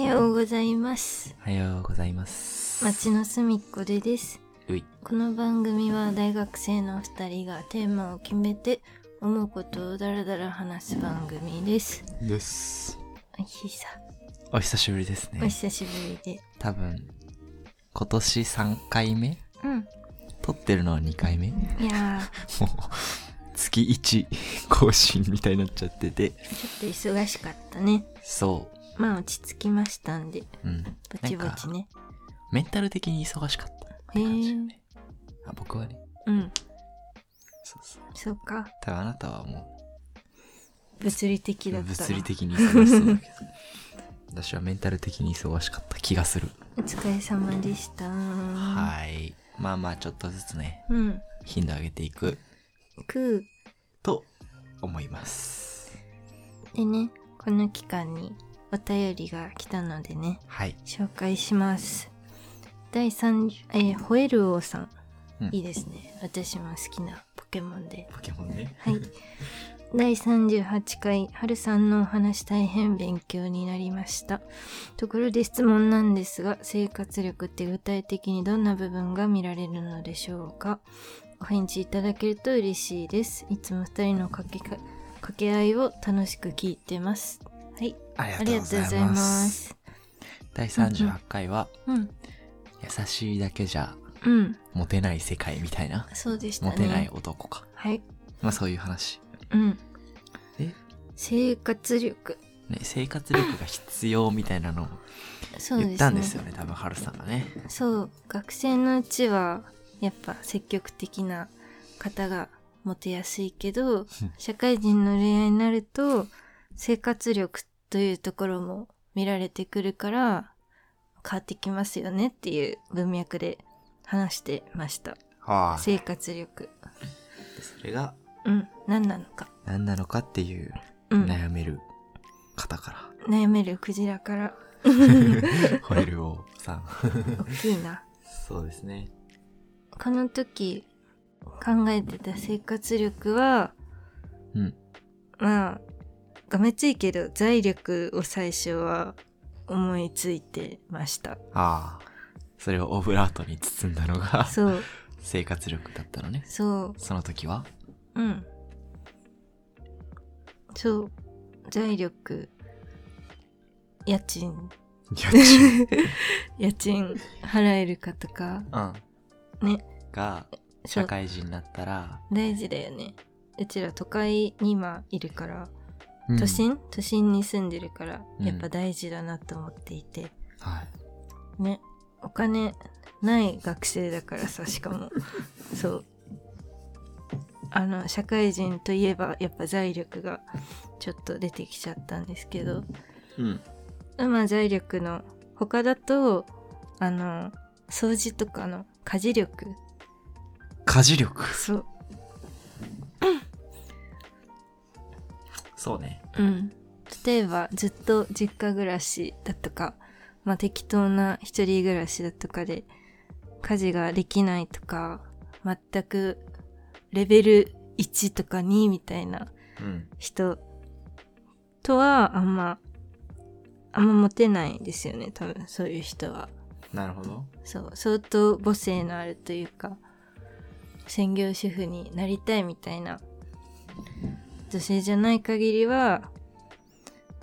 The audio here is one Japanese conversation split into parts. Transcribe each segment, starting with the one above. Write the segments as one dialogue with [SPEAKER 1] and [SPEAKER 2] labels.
[SPEAKER 1] ようございます。
[SPEAKER 2] おはようございます。
[SPEAKER 1] 町の隅っこでです。
[SPEAKER 2] うい。
[SPEAKER 1] この番組は大学生の二人がテーマを決めて思うことをダラダラ話す番組です。
[SPEAKER 2] です。
[SPEAKER 1] おひさ、
[SPEAKER 2] お久しぶりです
[SPEAKER 1] お
[SPEAKER 2] ね。
[SPEAKER 1] 久しぶりで。
[SPEAKER 2] 多分、今年3回目
[SPEAKER 1] うん。
[SPEAKER 2] 撮ってるのは2回目もう、
[SPEAKER 1] いや
[SPEAKER 2] 月1更新みたいになっちゃってて。
[SPEAKER 1] ー、ちょっと忙しかったね。
[SPEAKER 2] そ
[SPEAKER 1] まあ落ち着きましたんで、
[SPEAKER 2] う。うん。
[SPEAKER 1] ぼちぼちね。
[SPEAKER 2] メンタル的に忙しかったって感じだね。あ、僕はね。
[SPEAKER 1] うん。
[SPEAKER 2] そうそう。
[SPEAKER 1] そうか。
[SPEAKER 2] 多分あなたはも
[SPEAKER 1] 物理的
[SPEAKER 2] う、
[SPEAKER 1] だったな。
[SPEAKER 2] 物理的に忙しそうだけど。私はメンタル的に忙しかった気がする。
[SPEAKER 1] お疲れ様でした。は
[SPEAKER 2] はい。まあまあ、ちょっとずつね、
[SPEAKER 1] い。うん。
[SPEAKER 2] 頻度上げていく
[SPEAKER 1] くー。
[SPEAKER 2] と思います。
[SPEAKER 1] でね、この期間にお便りが来たのでね、
[SPEAKER 2] はい。
[SPEAKER 1] 紹介します。第3、えーホエル王さん。
[SPEAKER 2] うん
[SPEAKER 1] いいですね。私も好きなポケモンで。
[SPEAKER 2] ポケモンね。
[SPEAKER 1] はい。第38回、春さんのお話大変勉強になりました。ところで質問なんですが、生活力って具体的にどんな部分が見られるのでしょうかお返事いただけると嬉しいです。いつも二人の掛けか掛け合いを楽しく聞いてます。はい。
[SPEAKER 2] あ
[SPEAKER 1] ありがとうございます。
[SPEAKER 2] 第38回は、
[SPEAKER 1] うん。
[SPEAKER 2] 優しいだけじゃ
[SPEAKER 1] うん。
[SPEAKER 2] モテない世界みたいな、
[SPEAKER 1] そうでしたね。
[SPEAKER 2] モテない男か。
[SPEAKER 1] はい。
[SPEAKER 2] まあそういう話。
[SPEAKER 1] うん。
[SPEAKER 2] え
[SPEAKER 1] 生活力。
[SPEAKER 2] ね、生活力が必要みたいなのを
[SPEAKER 1] そうですね。
[SPEAKER 2] 言ったんですよね、多分、ハルさんがね。
[SPEAKER 1] そう学生のうちはやっぱ積極的な方がモテやすいけど社会人の恋愛になると生活力というところも見られてくるから変わってきますよねっていう文脈で話してました
[SPEAKER 2] はあ。そ
[SPEAKER 1] 生活力
[SPEAKER 2] れが
[SPEAKER 1] うん何なのか、
[SPEAKER 2] 何なのかっていう
[SPEAKER 1] うん、
[SPEAKER 2] 悩める方か
[SPEAKER 1] 悩めるクジラから
[SPEAKER 2] ら、ホエル王さん。
[SPEAKER 1] 大きいな
[SPEAKER 2] そうですね。
[SPEAKER 1] この時考えてた生活力は
[SPEAKER 2] うん。
[SPEAKER 1] まあがめついけど財力を最初は思いついてました
[SPEAKER 2] ああ。それをオブラートに包んだのが、
[SPEAKER 1] そう
[SPEAKER 2] 生活力だったのね。
[SPEAKER 1] そ
[SPEAKER 2] その時は
[SPEAKER 1] ううんそう財力家賃
[SPEAKER 2] 家賃。
[SPEAKER 1] 家賃払えるかとか
[SPEAKER 2] うん。
[SPEAKER 1] ね。
[SPEAKER 2] が、
[SPEAKER 1] そ
[SPEAKER 2] 社
[SPEAKER 1] う
[SPEAKER 2] 会人になったら、
[SPEAKER 1] 大事だよねうちら都会に今いるから
[SPEAKER 2] うん
[SPEAKER 1] 都心、都心に住んでるから
[SPEAKER 2] うん
[SPEAKER 1] やっぱ大事だなと思っていて、
[SPEAKER 2] はい。
[SPEAKER 1] ねお金ない学生だからさしか もそうあの社会人といえばやっぱ財力がちょっと出てきちゃったんですけど
[SPEAKER 2] うん。
[SPEAKER 1] まあ財力の他だとあの掃除とかの家事力
[SPEAKER 2] 家事力。
[SPEAKER 1] そう
[SPEAKER 2] そうね。
[SPEAKER 1] うん例えばずっと実家暮らしだとかまあ適当な一人暮らしだとかで家事ができないとか全くレベル1とか2みたいな
[SPEAKER 2] うん。
[SPEAKER 1] 人とはあんまあんまモテないですよね多分そういう人は
[SPEAKER 2] なるほど。
[SPEAKER 1] そう相当母性のあるというか専業主婦になりたいみたいな女性じゃない限りは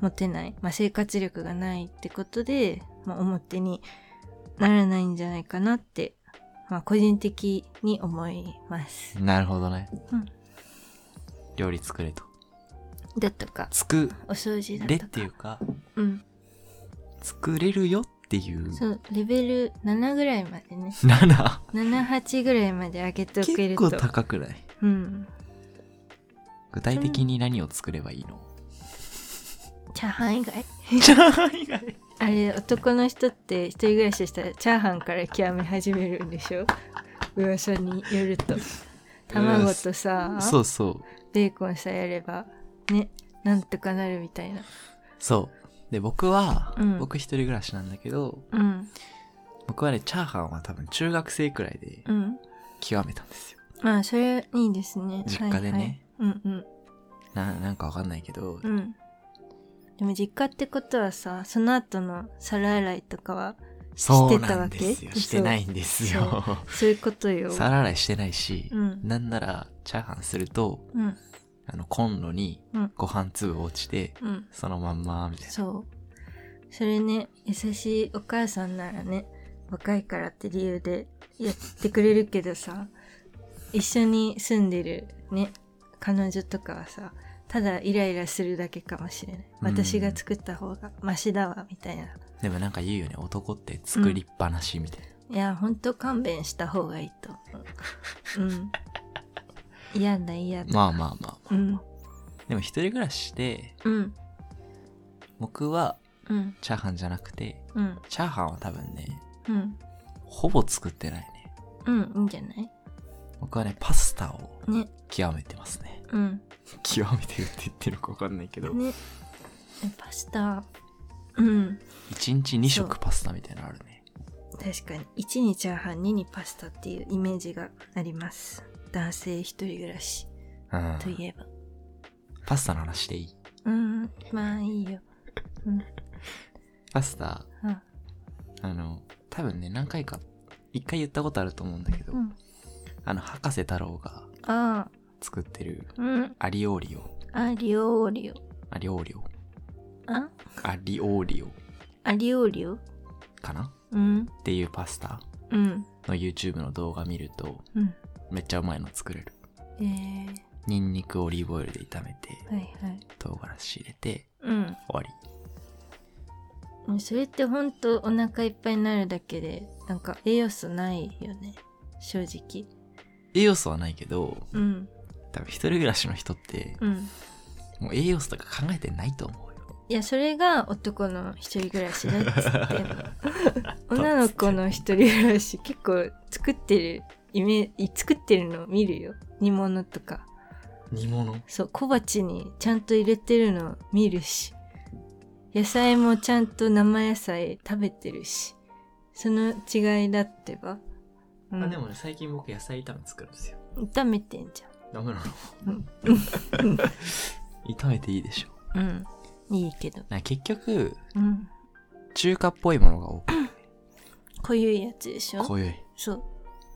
[SPEAKER 1] モテない、まあ、生活力がないってことで、まあ、表にならないんじゃないかなって、まあ、個人的に思います。
[SPEAKER 2] なるほどね。
[SPEAKER 1] うん
[SPEAKER 2] 料理作れと。
[SPEAKER 1] だとか
[SPEAKER 2] 作
[SPEAKER 1] お掃除だ
[SPEAKER 2] れっ
[SPEAKER 1] と
[SPEAKER 2] て
[SPEAKER 1] か。
[SPEAKER 2] いうか、
[SPEAKER 1] うん、
[SPEAKER 2] 作れるよっていう。
[SPEAKER 1] そうレベル7ぐらいまでね
[SPEAKER 2] 7!
[SPEAKER 1] 78ぐらいまで上げておけ
[SPEAKER 2] 結
[SPEAKER 1] ると
[SPEAKER 2] 構高くない
[SPEAKER 1] うん、
[SPEAKER 2] 具体的に何を作ればいいの
[SPEAKER 1] チャーハン以外
[SPEAKER 2] じゃあ、以外。
[SPEAKER 1] あれ男の人って一人暮らししたらチャーハンから極め始めるんでしょ噂による と卵とさ
[SPEAKER 2] そうそう。
[SPEAKER 1] ベーコンさえやればねなんとかなるみたいな
[SPEAKER 2] そう。で、僕は、
[SPEAKER 1] うん
[SPEAKER 2] 僕一人暮らしなんだけど、
[SPEAKER 1] うん
[SPEAKER 2] 僕はね、チャーハンは多分中学生くらいで
[SPEAKER 1] うん
[SPEAKER 2] 極めたんですよ。
[SPEAKER 1] まあそれいいですね
[SPEAKER 2] 実家でね
[SPEAKER 1] はいはいうんうん
[SPEAKER 2] ななんかわかんないけど、
[SPEAKER 1] うんでも実家ってことはさその後の皿洗いとかは
[SPEAKER 2] そう
[SPEAKER 1] してた
[SPEAKER 2] な
[SPEAKER 1] わ
[SPEAKER 2] ん
[SPEAKER 1] け
[SPEAKER 2] ですよ
[SPEAKER 1] そう
[SPEAKER 2] してないんですよ
[SPEAKER 1] そういうことよ。
[SPEAKER 2] 皿洗いしてないし、
[SPEAKER 1] うん
[SPEAKER 2] なんならチャーハンすると
[SPEAKER 1] うん
[SPEAKER 2] あのコンロに
[SPEAKER 1] うん
[SPEAKER 2] ご飯粒落ちて、
[SPEAKER 1] うん
[SPEAKER 2] そのまんまみたいな
[SPEAKER 1] そうそれね優しいお母さんならね若いからって理由でやってくれるけどさ一緒に住んでるね彼女とかはさただイライラするだけかもしれない
[SPEAKER 2] うん
[SPEAKER 1] 私が作った方がマシだわみたいな
[SPEAKER 2] でもなんか言うよね男って作りっぱなしみたいな、
[SPEAKER 1] いやほんと勘弁した方がいいと思う うん嫌だ嫌だ
[SPEAKER 2] まあまあまあまあ
[SPEAKER 1] うん
[SPEAKER 2] でも一人暮らしで
[SPEAKER 1] うん
[SPEAKER 2] 僕は
[SPEAKER 1] うん
[SPEAKER 2] チャーハンじゃなくて
[SPEAKER 1] うん
[SPEAKER 2] チャーハンは多分ね
[SPEAKER 1] うん
[SPEAKER 2] ほぼ作ってないね
[SPEAKER 1] うんいいんじゃない
[SPEAKER 2] 僕はねパスタを
[SPEAKER 1] ね
[SPEAKER 2] 極めてますね
[SPEAKER 1] うん
[SPEAKER 2] 極めてるって言ってるのか分かんないけど
[SPEAKER 1] ねパスタうん
[SPEAKER 2] 1日2食パスタみたいなのあるね
[SPEAKER 1] 確かに1にチャーハン2にパスタっていうイメージがあります男性一人暮らし
[SPEAKER 2] うん
[SPEAKER 1] といえば
[SPEAKER 2] パスタの話していい
[SPEAKER 1] うんまあいいようん
[SPEAKER 2] パスタ
[SPEAKER 1] うん
[SPEAKER 2] あの多分ね何回か一回言ったことあると思うんだけど、
[SPEAKER 1] うん
[SPEAKER 2] あの博士太郎が
[SPEAKER 1] ああ
[SPEAKER 2] 作ってる
[SPEAKER 1] うん
[SPEAKER 2] アリオーリオ
[SPEAKER 1] アリオーリオ
[SPEAKER 2] アリオーリオ
[SPEAKER 1] あ
[SPEAKER 2] アリオーリオ
[SPEAKER 1] アリオーリオ
[SPEAKER 2] かな
[SPEAKER 1] うん
[SPEAKER 2] っていうパスタ
[SPEAKER 1] うん
[SPEAKER 2] の YouTube の動画見ると
[SPEAKER 1] うん
[SPEAKER 2] めっちゃうまいの作れる
[SPEAKER 1] えー、
[SPEAKER 2] ニンニクオリーブオイルで炒めて
[SPEAKER 1] はいはい
[SPEAKER 2] 唐辛子入れて
[SPEAKER 1] うん
[SPEAKER 2] 終わり
[SPEAKER 1] もうそれってほんとお腹いっぱいになるだけでなんか栄養素ないよね正直
[SPEAKER 2] 栄養素はないけど
[SPEAKER 1] うん
[SPEAKER 2] 多分一人暮らしの人って
[SPEAKER 1] うん
[SPEAKER 2] もう栄養素とか考えてないと思うよ
[SPEAKER 1] いやそれが男の一人暮らしだっ つってんの女の子の一人暮らし結構作ってるイメージ作ってるの見るよ煮物とか
[SPEAKER 2] 煮物
[SPEAKER 1] そう小鉢にちゃんと入れてるの見るし野菜もちゃんと生野菜食べてるしその違いだってば、うん、
[SPEAKER 2] あでもね最近僕野菜炒め作るんですよ
[SPEAKER 1] 炒めてんじ
[SPEAKER 2] ダメなの
[SPEAKER 1] うん
[SPEAKER 2] 炒めていいでしょ
[SPEAKER 1] ゃんうんいいけど
[SPEAKER 2] なんか結局
[SPEAKER 1] うん
[SPEAKER 2] 中華っぽいものが多
[SPEAKER 1] こういうやつでし
[SPEAKER 2] く濃
[SPEAKER 1] ょ
[SPEAKER 2] ゆい
[SPEAKER 1] そう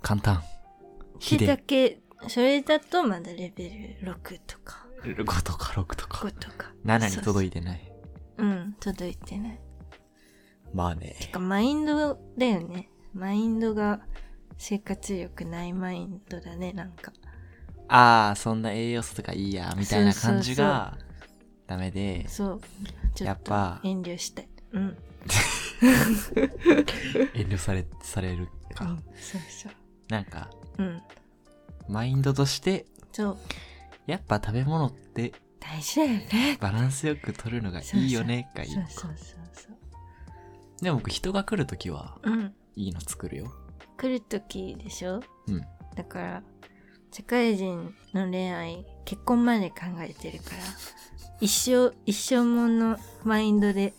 [SPEAKER 2] 簡単
[SPEAKER 1] そ
[SPEAKER 2] ひ
[SPEAKER 1] れだ
[SPEAKER 2] で
[SPEAKER 1] けそれだとまだレベル6とか
[SPEAKER 2] 5とか6とか
[SPEAKER 1] 5とか
[SPEAKER 2] 7に届
[SPEAKER 1] い
[SPEAKER 2] いてない
[SPEAKER 1] うん届いてない
[SPEAKER 2] まあね
[SPEAKER 1] てかマインドだよねマインドが生活力ないマインドだねなんか
[SPEAKER 2] ああそんな栄養素とかいいやみたいな感じがダ メで
[SPEAKER 1] そうちょ
[SPEAKER 2] や
[SPEAKER 1] っ
[SPEAKER 2] っ
[SPEAKER 1] と
[SPEAKER 2] ぱ
[SPEAKER 1] 遠慮したいうん
[SPEAKER 2] 遠慮されされる
[SPEAKER 1] う
[SPEAKER 2] か
[SPEAKER 1] んそうそう
[SPEAKER 2] なんか
[SPEAKER 1] うん
[SPEAKER 2] マインドとして
[SPEAKER 1] そう
[SPEAKER 2] やっぱ食べ物って
[SPEAKER 1] 大事だよね
[SPEAKER 2] バランスよく取るのがいいよねがいい
[SPEAKER 1] そうそうそうそう
[SPEAKER 2] でも僕人が来るときは
[SPEAKER 1] うん
[SPEAKER 2] いいの作るよ
[SPEAKER 1] 来る時でしょ
[SPEAKER 2] うん
[SPEAKER 1] だから社会人の恋愛結婚まで考えてるから一生一生ものマインドで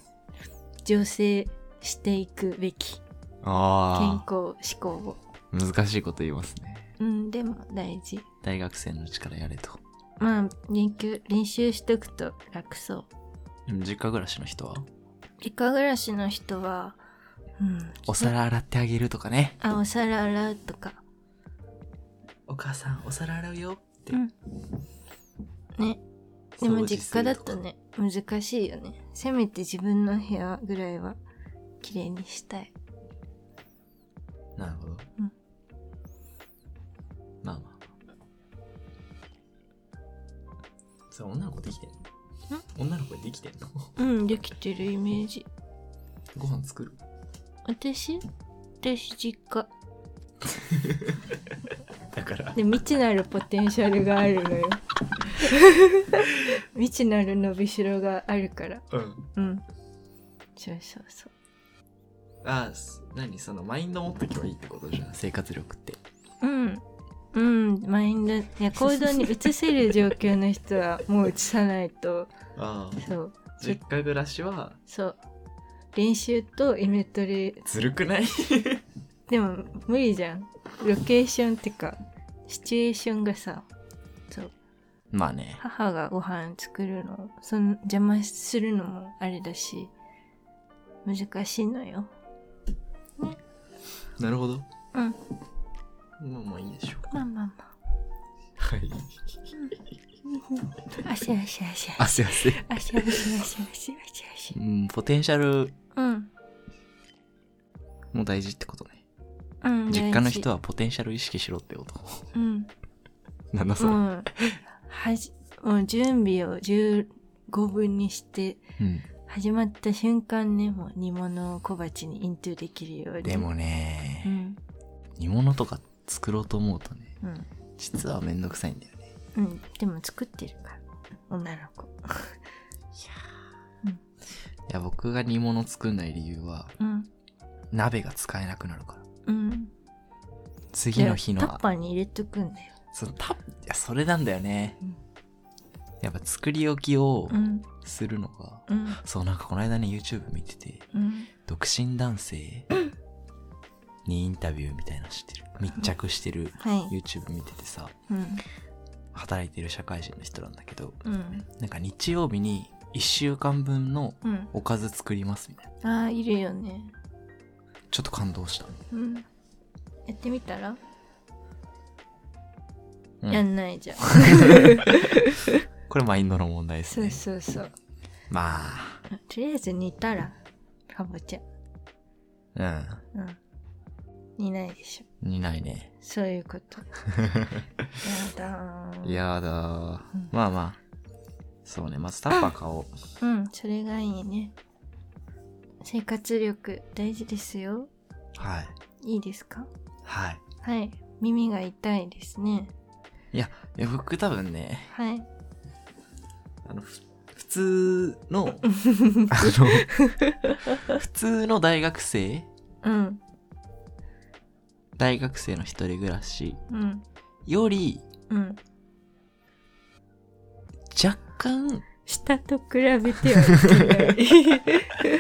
[SPEAKER 1] 醸成していくべき健
[SPEAKER 2] あ
[SPEAKER 1] 康志向を
[SPEAKER 2] あ難しいこと言いますね
[SPEAKER 1] うんでも大事
[SPEAKER 2] 大学生のうちからやれと
[SPEAKER 1] まあ練習練習しとくと楽そう
[SPEAKER 2] でも実家暮らしの人は
[SPEAKER 1] 実家暮らしの人はうん
[SPEAKER 2] お皿洗ってあげるとかね
[SPEAKER 1] あお皿洗うとか
[SPEAKER 2] お母さんお皿洗うよって
[SPEAKER 1] うんねで
[SPEAKER 2] 掃
[SPEAKER 1] も
[SPEAKER 2] 除する
[SPEAKER 1] 実家だとね難しいよねせめて自分の部屋ぐらいは綺麗にしたい
[SPEAKER 2] なるほど、
[SPEAKER 1] うん
[SPEAKER 2] まあまあそれ女の子できてんの女の子できてんの
[SPEAKER 1] うんできてるイメージ
[SPEAKER 2] ご飯作る
[SPEAKER 1] 私私実家
[SPEAKER 2] だから
[SPEAKER 1] で未知なるポテンシャルがある のよ未知なる伸びしろがあるから
[SPEAKER 2] うん
[SPEAKER 1] うんそうそうそう
[SPEAKER 2] ああす何そのマインド持ってけばいいってことじゃん生活力って
[SPEAKER 1] うんうんマインドいや行動に移せる状況の人はもう移さないと
[SPEAKER 2] ああ
[SPEAKER 1] そう
[SPEAKER 2] 実家暮らしは
[SPEAKER 1] そう練習とイメトレ
[SPEAKER 2] ずるくない
[SPEAKER 1] でも無理じゃんロケーションってかシチュエーションがさそう
[SPEAKER 2] まあね。
[SPEAKER 1] 母がご飯作るのその邪魔するのもあれだし難しいのよ
[SPEAKER 2] なるほど。
[SPEAKER 1] うん
[SPEAKER 2] まあまあいいでしょう。
[SPEAKER 1] まあまあまあ
[SPEAKER 2] はい。
[SPEAKER 1] あしあしあしあし
[SPEAKER 2] 汗汗。
[SPEAKER 1] あしあしあしあしあしあし
[SPEAKER 2] うん、ポテンシャル
[SPEAKER 1] うん
[SPEAKER 2] も大事ってことね。
[SPEAKER 1] うん
[SPEAKER 2] 実家の人
[SPEAKER 1] は
[SPEAKER 2] はポテンシャル意識しろってこと。
[SPEAKER 1] うん
[SPEAKER 2] なんだそれ。
[SPEAKER 1] もうはじもう準備を15分にして
[SPEAKER 2] うん。
[SPEAKER 1] 始まった瞬間ねもう煮物を小鉢にイントゥできるように
[SPEAKER 2] でも
[SPEAKER 1] う
[SPEAKER 2] ね、
[SPEAKER 1] ん
[SPEAKER 2] 煮物とか作ろうと思うとね、
[SPEAKER 1] うん
[SPEAKER 2] 実はめんどくさいんだよね。
[SPEAKER 1] うんでも作ってるから女の子
[SPEAKER 2] いや、僕が煮物作んない理由は、
[SPEAKER 1] うん
[SPEAKER 2] 鍋が使えなくなるか
[SPEAKER 1] う
[SPEAKER 2] ら。
[SPEAKER 1] ん
[SPEAKER 2] 次の日の
[SPEAKER 1] タッパーに入れとくんだよ
[SPEAKER 2] そうたいやそれなんだよね、
[SPEAKER 1] うん
[SPEAKER 2] やっぱ作り置きを
[SPEAKER 1] うん
[SPEAKER 2] するのが、
[SPEAKER 1] うん
[SPEAKER 2] そうなんかこの間ね YouTube 見てて
[SPEAKER 1] うん
[SPEAKER 2] 独身男性にインタビューみたいなのしてる密着してる
[SPEAKER 1] はい。
[SPEAKER 2] YouTube 見ててさ
[SPEAKER 1] うん。
[SPEAKER 2] 働いてる社会人の人なんだけど
[SPEAKER 1] うん。
[SPEAKER 2] なんか日曜日に1週間分の
[SPEAKER 1] うん。
[SPEAKER 2] おかず作りますみたいな
[SPEAKER 1] ああ、いるよね。
[SPEAKER 2] ちょっと感動した、
[SPEAKER 1] うん。やってみたら、
[SPEAKER 2] うん
[SPEAKER 1] やんないじゃ ん。
[SPEAKER 2] これマインドの問題です
[SPEAKER 1] そう
[SPEAKER 2] ね
[SPEAKER 1] そうそう。
[SPEAKER 2] ま
[SPEAKER 1] とりあえず煮たら、かぼちゃ。
[SPEAKER 2] あ
[SPEAKER 1] うん。煮ないでしょ。
[SPEAKER 2] うん似ないね
[SPEAKER 1] そういう こと。やだー。
[SPEAKER 2] やだー、
[SPEAKER 1] うん
[SPEAKER 2] まあまあそうねまずタッパー買おう
[SPEAKER 1] うん、それがいいね。生活力大事ですよ。
[SPEAKER 2] はい
[SPEAKER 1] いいですか
[SPEAKER 2] はい
[SPEAKER 1] はい。耳が痛いですね。
[SPEAKER 2] いやいや僕多分ね
[SPEAKER 1] はい。
[SPEAKER 2] あのふ普通の あの普通の大学生
[SPEAKER 1] うん。
[SPEAKER 2] 大学生の一人暮らし
[SPEAKER 1] うん。
[SPEAKER 2] より
[SPEAKER 1] うん。
[SPEAKER 2] 若干
[SPEAKER 1] 下と比べてはいけない。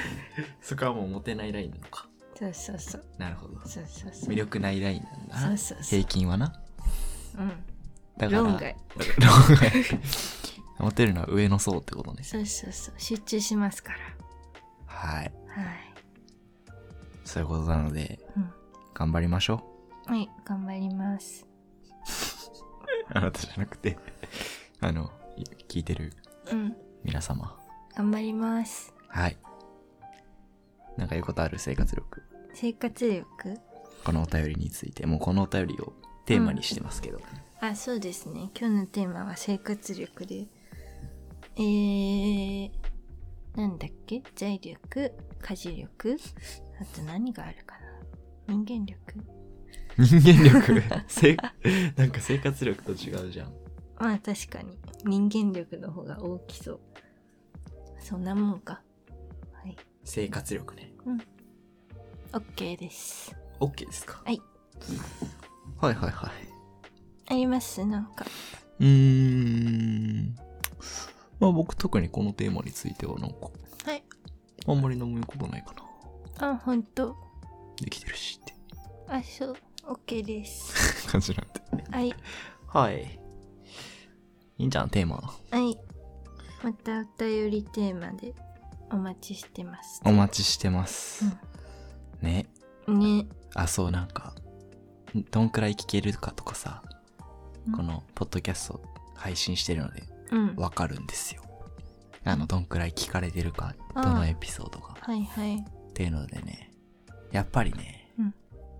[SPEAKER 2] そこはもうモテないラインなのか
[SPEAKER 1] そうそうそう
[SPEAKER 2] なるほど
[SPEAKER 1] そうそうそう
[SPEAKER 2] 魅力ないラインなんだ
[SPEAKER 1] そう
[SPEAKER 2] な
[SPEAKER 1] そうそう
[SPEAKER 2] 平均はな
[SPEAKER 1] うん
[SPEAKER 2] だから
[SPEAKER 1] 論外
[SPEAKER 2] 論外 モテるのは上の層ってことね
[SPEAKER 1] そうそうそう集中しますから
[SPEAKER 2] はい
[SPEAKER 1] はい、
[SPEAKER 2] そういうことなので
[SPEAKER 1] うん、
[SPEAKER 2] 頑張りましょう
[SPEAKER 1] はい頑張ります
[SPEAKER 2] あなたじゃなくて、あの、い聞いてる
[SPEAKER 1] うん
[SPEAKER 2] 皆様。
[SPEAKER 1] 頑張ります
[SPEAKER 2] はい。なんか言うことある生活力。
[SPEAKER 1] 生活力
[SPEAKER 2] このお便りについて、もうこのお便りをテーマにしてますけど。
[SPEAKER 1] あそうですね今日のテーマは生活力でえー、なんだっけ財力家事力あと何があるかな人間力
[SPEAKER 2] 人間 力せ、なんか生活力と違うじゃん。
[SPEAKER 1] まあ確かに人間力の方が大きそうそんなもんかはい
[SPEAKER 2] 生活力ね。
[SPEAKER 1] OK です。
[SPEAKER 2] OK ですか
[SPEAKER 1] はい。
[SPEAKER 2] はいはいはい。
[SPEAKER 1] ありますなんか。
[SPEAKER 2] うーん。まあ僕特にこのテーマについてはなんか、
[SPEAKER 1] はい。
[SPEAKER 2] あんまり何も言うことないかな。
[SPEAKER 1] あ、ほんと。
[SPEAKER 2] できてるしって
[SPEAKER 1] あ、そう。OK です。
[SPEAKER 2] 感じなんで。
[SPEAKER 1] はい。
[SPEAKER 2] はい。いいんじゃん、テーマ。
[SPEAKER 1] はい。またお便りテーマでお待ちしてます。
[SPEAKER 2] お待ちしてます。ね。
[SPEAKER 1] ね。
[SPEAKER 2] あ、そう、なんか、どんくらい聞けるかとかさ、
[SPEAKER 1] うん
[SPEAKER 2] この、ポッドキャスト配信してるので、
[SPEAKER 1] うん。は
[SPEAKER 2] わかるんですよ。あの、どんくらい聞かれてるか、
[SPEAKER 1] あ
[SPEAKER 2] ど
[SPEAKER 1] ー
[SPEAKER 2] のエピソードが、
[SPEAKER 1] いはい。
[SPEAKER 2] っていうのでね、やっぱりね
[SPEAKER 1] うん、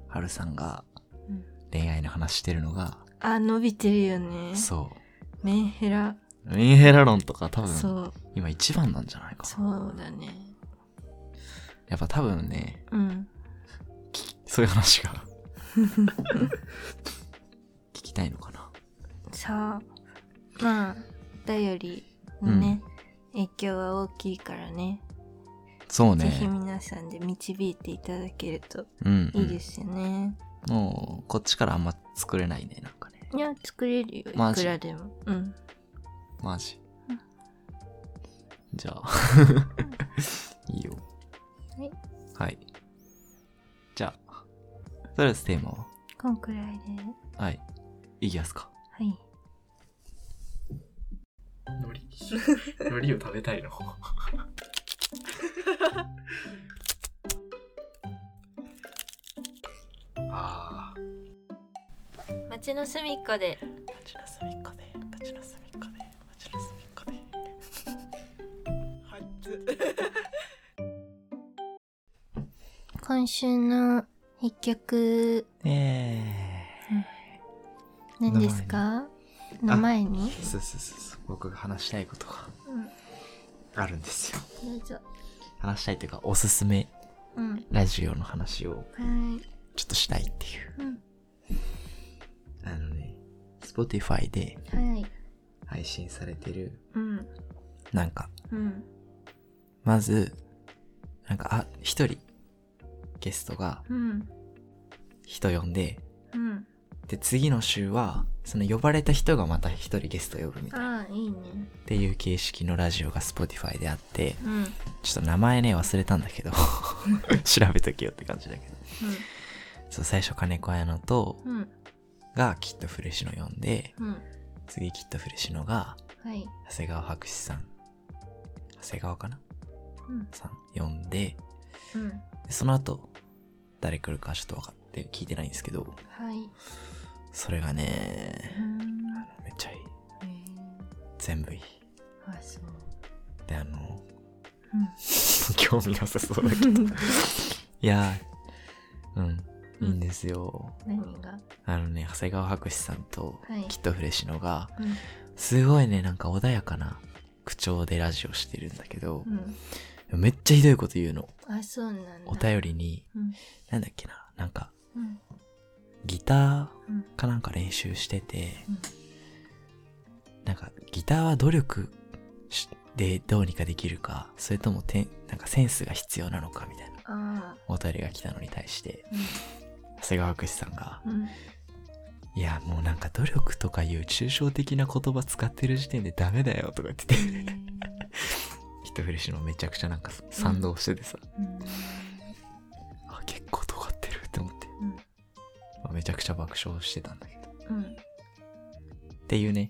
[SPEAKER 2] はるさんが
[SPEAKER 1] うん
[SPEAKER 2] 恋愛の話してるのが、
[SPEAKER 1] あ、伸びてるよね。
[SPEAKER 2] そ
[SPEAKER 1] メンヘラ。
[SPEAKER 2] う、ミンヘラ論とか多分、
[SPEAKER 1] そう。
[SPEAKER 2] 今一番なんじゃないかな。
[SPEAKER 1] そうだね。
[SPEAKER 2] やっぱ多分ね、
[SPEAKER 1] うん。
[SPEAKER 2] そういう話 が聞きたいのかな
[SPEAKER 1] さあ。まあ、お便りのね、影響は大きいからね。
[SPEAKER 2] そう
[SPEAKER 1] ぜひ
[SPEAKER 2] ね
[SPEAKER 1] 皆さんで導いていただけると
[SPEAKER 2] うん、うん、
[SPEAKER 1] いいですよね。
[SPEAKER 2] もうこっちからあんま作れないねなんかね
[SPEAKER 1] いや、作れるよ。い
[SPEAKER 2] マジ
[SPEAKER 1] くらでも。うん。
[SPEAKER 2] マジ
[SPEAKER 1] うん
[SPEAKER 2] じゃあ いいよ
[SPEAKER 1] はい
[SPEAKER 2] はいじゃあとりあえずテーマは
[SPEAKER 1] こんくらいで。
[SPEAKER 2] はいいきますか
[SPEAKER 1] はい。
[SPEAKER 2] 海苔を食べた いの。ああ、
[SPEAKER 1] 街の隅っこで
[SPEAKER 3] 街の隅っこで街の隅っこで街の隅っこ
[SPEAKER 1] 今週の一曲
[SPEAKER 3] でえ
[SPEAKER 1] 何ですかの
[SPEAKER 2] 名
[SPEAKER 1] 前に
[SPEAKER 2] ーそうそうそうそう。僕が話したいことがあるんですよ。
[SPEAKER 1] うん、どうぞ
[SPEAKER 2] 話したいというか、おすすめ
[SPEAKER 1] うん
[SPEAKER 2] ラジオの話を
[SPEAKER 1] はい
[SPEAKER 2] ちょっとしたいって
[SPEAKER 1] う
[SPEAKER 2] いう。
[SPEAKER 1] ん
[SPEAKER 2] あのね、Spotify で
[SPEAKER 1] はい
[SPEAKER 2] 配信されてる、
[SPEAKER 1] うん
[SPEAKER 2] なんか、
[SPEAKER 1] うん
[SPEAKER 2] まず、なんか、あ、一人、ゲストが
[SPEAKER 1] うん
[SPEAKER 2] 人呼んで、
[SPEAKER 1] うん
[SPEAKER 2] で、次の週は、その呼ばれた人がまた一人ゲスト呼ぶみたいな、
[SPEAKER 1] ああいいね
[SPEAKER 2] っていう形式のラジオが Spotify であって、
[SPEAKER 1] うんうん
[SPEAKER 2] ちょっと名前ね、忘れたんだけど、調べとけよって感じだけど。そう、最初金子綾乃と、
[SPEAKER 1] うん
[SPEAKER 2] が、きっとフレシノ呼んで、
[SPEAKER 1] うん
[SPEAKER 2] 次きっとフレシノが、
[SPEAKER 1] はい
[SPEAKER 2] 長谷川博士さん、長谷川かな
[SPEAKER 1] うん
[SPEAKER 2] さん呼んで、
[SPEAKER 1] うん
[SPEAKER 2] でその後、誰来るかちょっと分かって聞いてないんですけど、
[SPEAKER 1] はい
[SPEAKER 2] それがね、
[SPEAKER 1] うん
[SPEAKER 2] めっちゃいい。
[SPEAKER 1] えー
[SPEAKER 2] 全部いい。
[SPEAKER 1] あそう
[SPEAKER 2] で、あの、
[SPEAKER 1] うん
[SPEAKER 2] 興味なさ そうだけど。いやー、うん、いいんですよ。
[SPEAKER 1] 何が
[SPEAKER 2] あのね、長谷川博士さんと、
[SPEAKER 1] はい
[SPEAKER 2] きっとフレシノが、
[SPEAKER 1] うん
[SPEAKER 2] すごいね、なんか穏やかな口調でラジオしてるんだけど、
[SPEAKER 1] うん
[SPEAKER 2] めっちゃひどいこと言うの。
[SPEAKER 1] あそうなんだ
[SPEAKER 2] お便りに、
[SPEAKER 1] うん
[SPEAKER 2] なんだっけな、なんか、
[SPEAKER 1] うん
[SPEAKER 2] ギタ
[SPEAKER 1] うん
[SPEAKER 2] ーかなんか練習してて、
[SPEAKER 1] うん
[SPEAKER 2] なんかギターは努力しでどうにかできるかそれともてんなんかセンスが必要なのかみたいな
[SPEAKER 1] あ
[SPEAKER 2] お便りが来たのに対して
[SPEAKER 1] あうん
[SPEAKER 2] 長谷川博士さんが
[SPEAKER 1] うん
[SPEAKER 2] 「いやもうなんか努力とかいう抽象的な言葉使ってる時点でダメだよ」とか言ってて
[SPEAKER 1] えー
[SPEAKER 2] 人振りしのめちゃくちゃなんか賛同しててさ、
[SPEAKER 1] うん
[SPEAKER 2] あ結構尖ってるって思って、
[SPEAKER 1] うん
[SPEAKER 2] まあめちゃくちゃ爆笑してたんだけど
[SPEAKER 1] うん
[SPEAKER 2] っていうね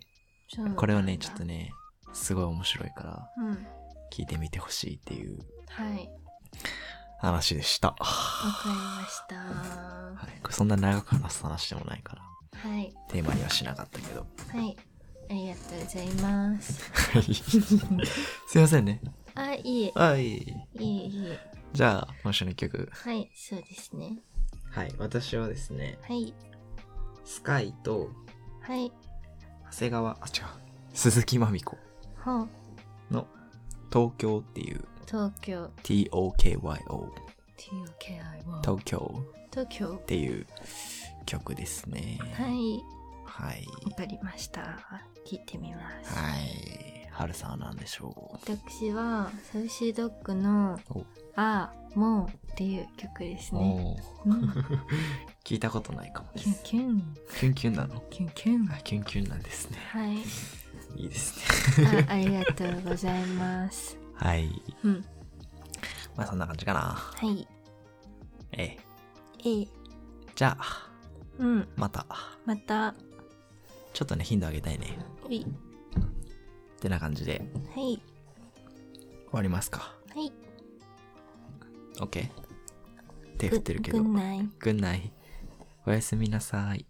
[SPEAKER 1] そうなんだ
[SPEAKER 2] これはねちょっとねすごい面白いから
[SPEAKER 1] うん
[SPEAKER 2] 聞いてみてほしいっていう
[SPEAKER 1] はい
[SPEAKER 2] 話でした。
[SPEAKER 1] わ
[SPEAKER 2] は、
[SPEAKER 1] かりましたはい
[SPEAKER 2] これそんな長く話す話でもないから、
[SPEAKER 1] い
[SPEAKER 2] テーマにはしなかったけど。
[SPEAKER 1] はいありがとうございます
[SPEAKER 2] すいませんね。
[SPEAKER 1] あいえ
[SPEAKER 2] はい。
[SPEAKER 1] いえいえ
[SPEAKER 2] じゃあ、今週の曲。
[SPEAKER 1] はいそうですね
[SPEAKER 2] はい、私はですね、
[SPEAKER 1] はい
[SPEAKER 2] スカイと
[SPEAKER 1] はい
[SPEAKER 2] 長谷川、あ、違う、鈴木まみ子
[SPEAKER 1] ほう
[SPEAKER 2] の東京っていう
[SPEAKER 1] 東京
[SPEAKER 2] TOKYO、
[SPEAKER 1] TOKI は
[SPEAKER 2] 東京
[SPEAKER 1] 東京
[SPEAKER 2] っていう曲ですね。
[SPEAKER 1] はい
[SPEAKER 2] はい。
[SPEAKER 1] わかりました聞いてみます
[SPEAKER 2] はい。はるさんは何でしょ
[SPEAKER 1] 私はサウシードッグの
[SPEAKER 2] お
[SPEAKER 1] 「ああもう」っていう曲です
[SPEAKER 2] う
[SPEAKER 1] ね
[SPEAKER 2] おー
[SPEAKER 1] うん
[SPEAKER 2] 聞いたことないかもで
[SPEAKER 1] キュン
[SPEAKER 2] す。
[SPEAKER 1] キュン
[SPEAKER 2] キュンキュンなの
[SPEAKER 1] キュンキュン
[SPEAKER 2] あキュンキュンなんですね。
[SPEAKER 1] はい
[SPEAKER 2] いいですね。
[SPEAKER 1] あありがとうござい ます。
[SPEAKER 2] はい。
[SPEAKER 1] うん。
[SPEAKER 2] まあそんな感じかな。
[SPEAKER 1] はい。
[SPEAKER 2] ええ。
[SPEAKER 1] ええ。
[SPEAKER 2] じゃあ、
[SPEAKER 1] うん。
[SPEAKER 2] また。
[SPEAKER 1] また。
[SPEAKER 2] ちょっとね、頻度上げたいね。
[SPEAKER 1] うい。
[SPEAKER 2] ってな感じで
[SPEAKER 1] はい。
[SPEAKER 2] 終わりますか。
[SPEAKER 1] はい。
[SPEAKER 2] OK? 手振ってるけど
[SPEAKER 1] ぐ。んない。
[SPEAKER 2] ぐんない。おやすみなさい。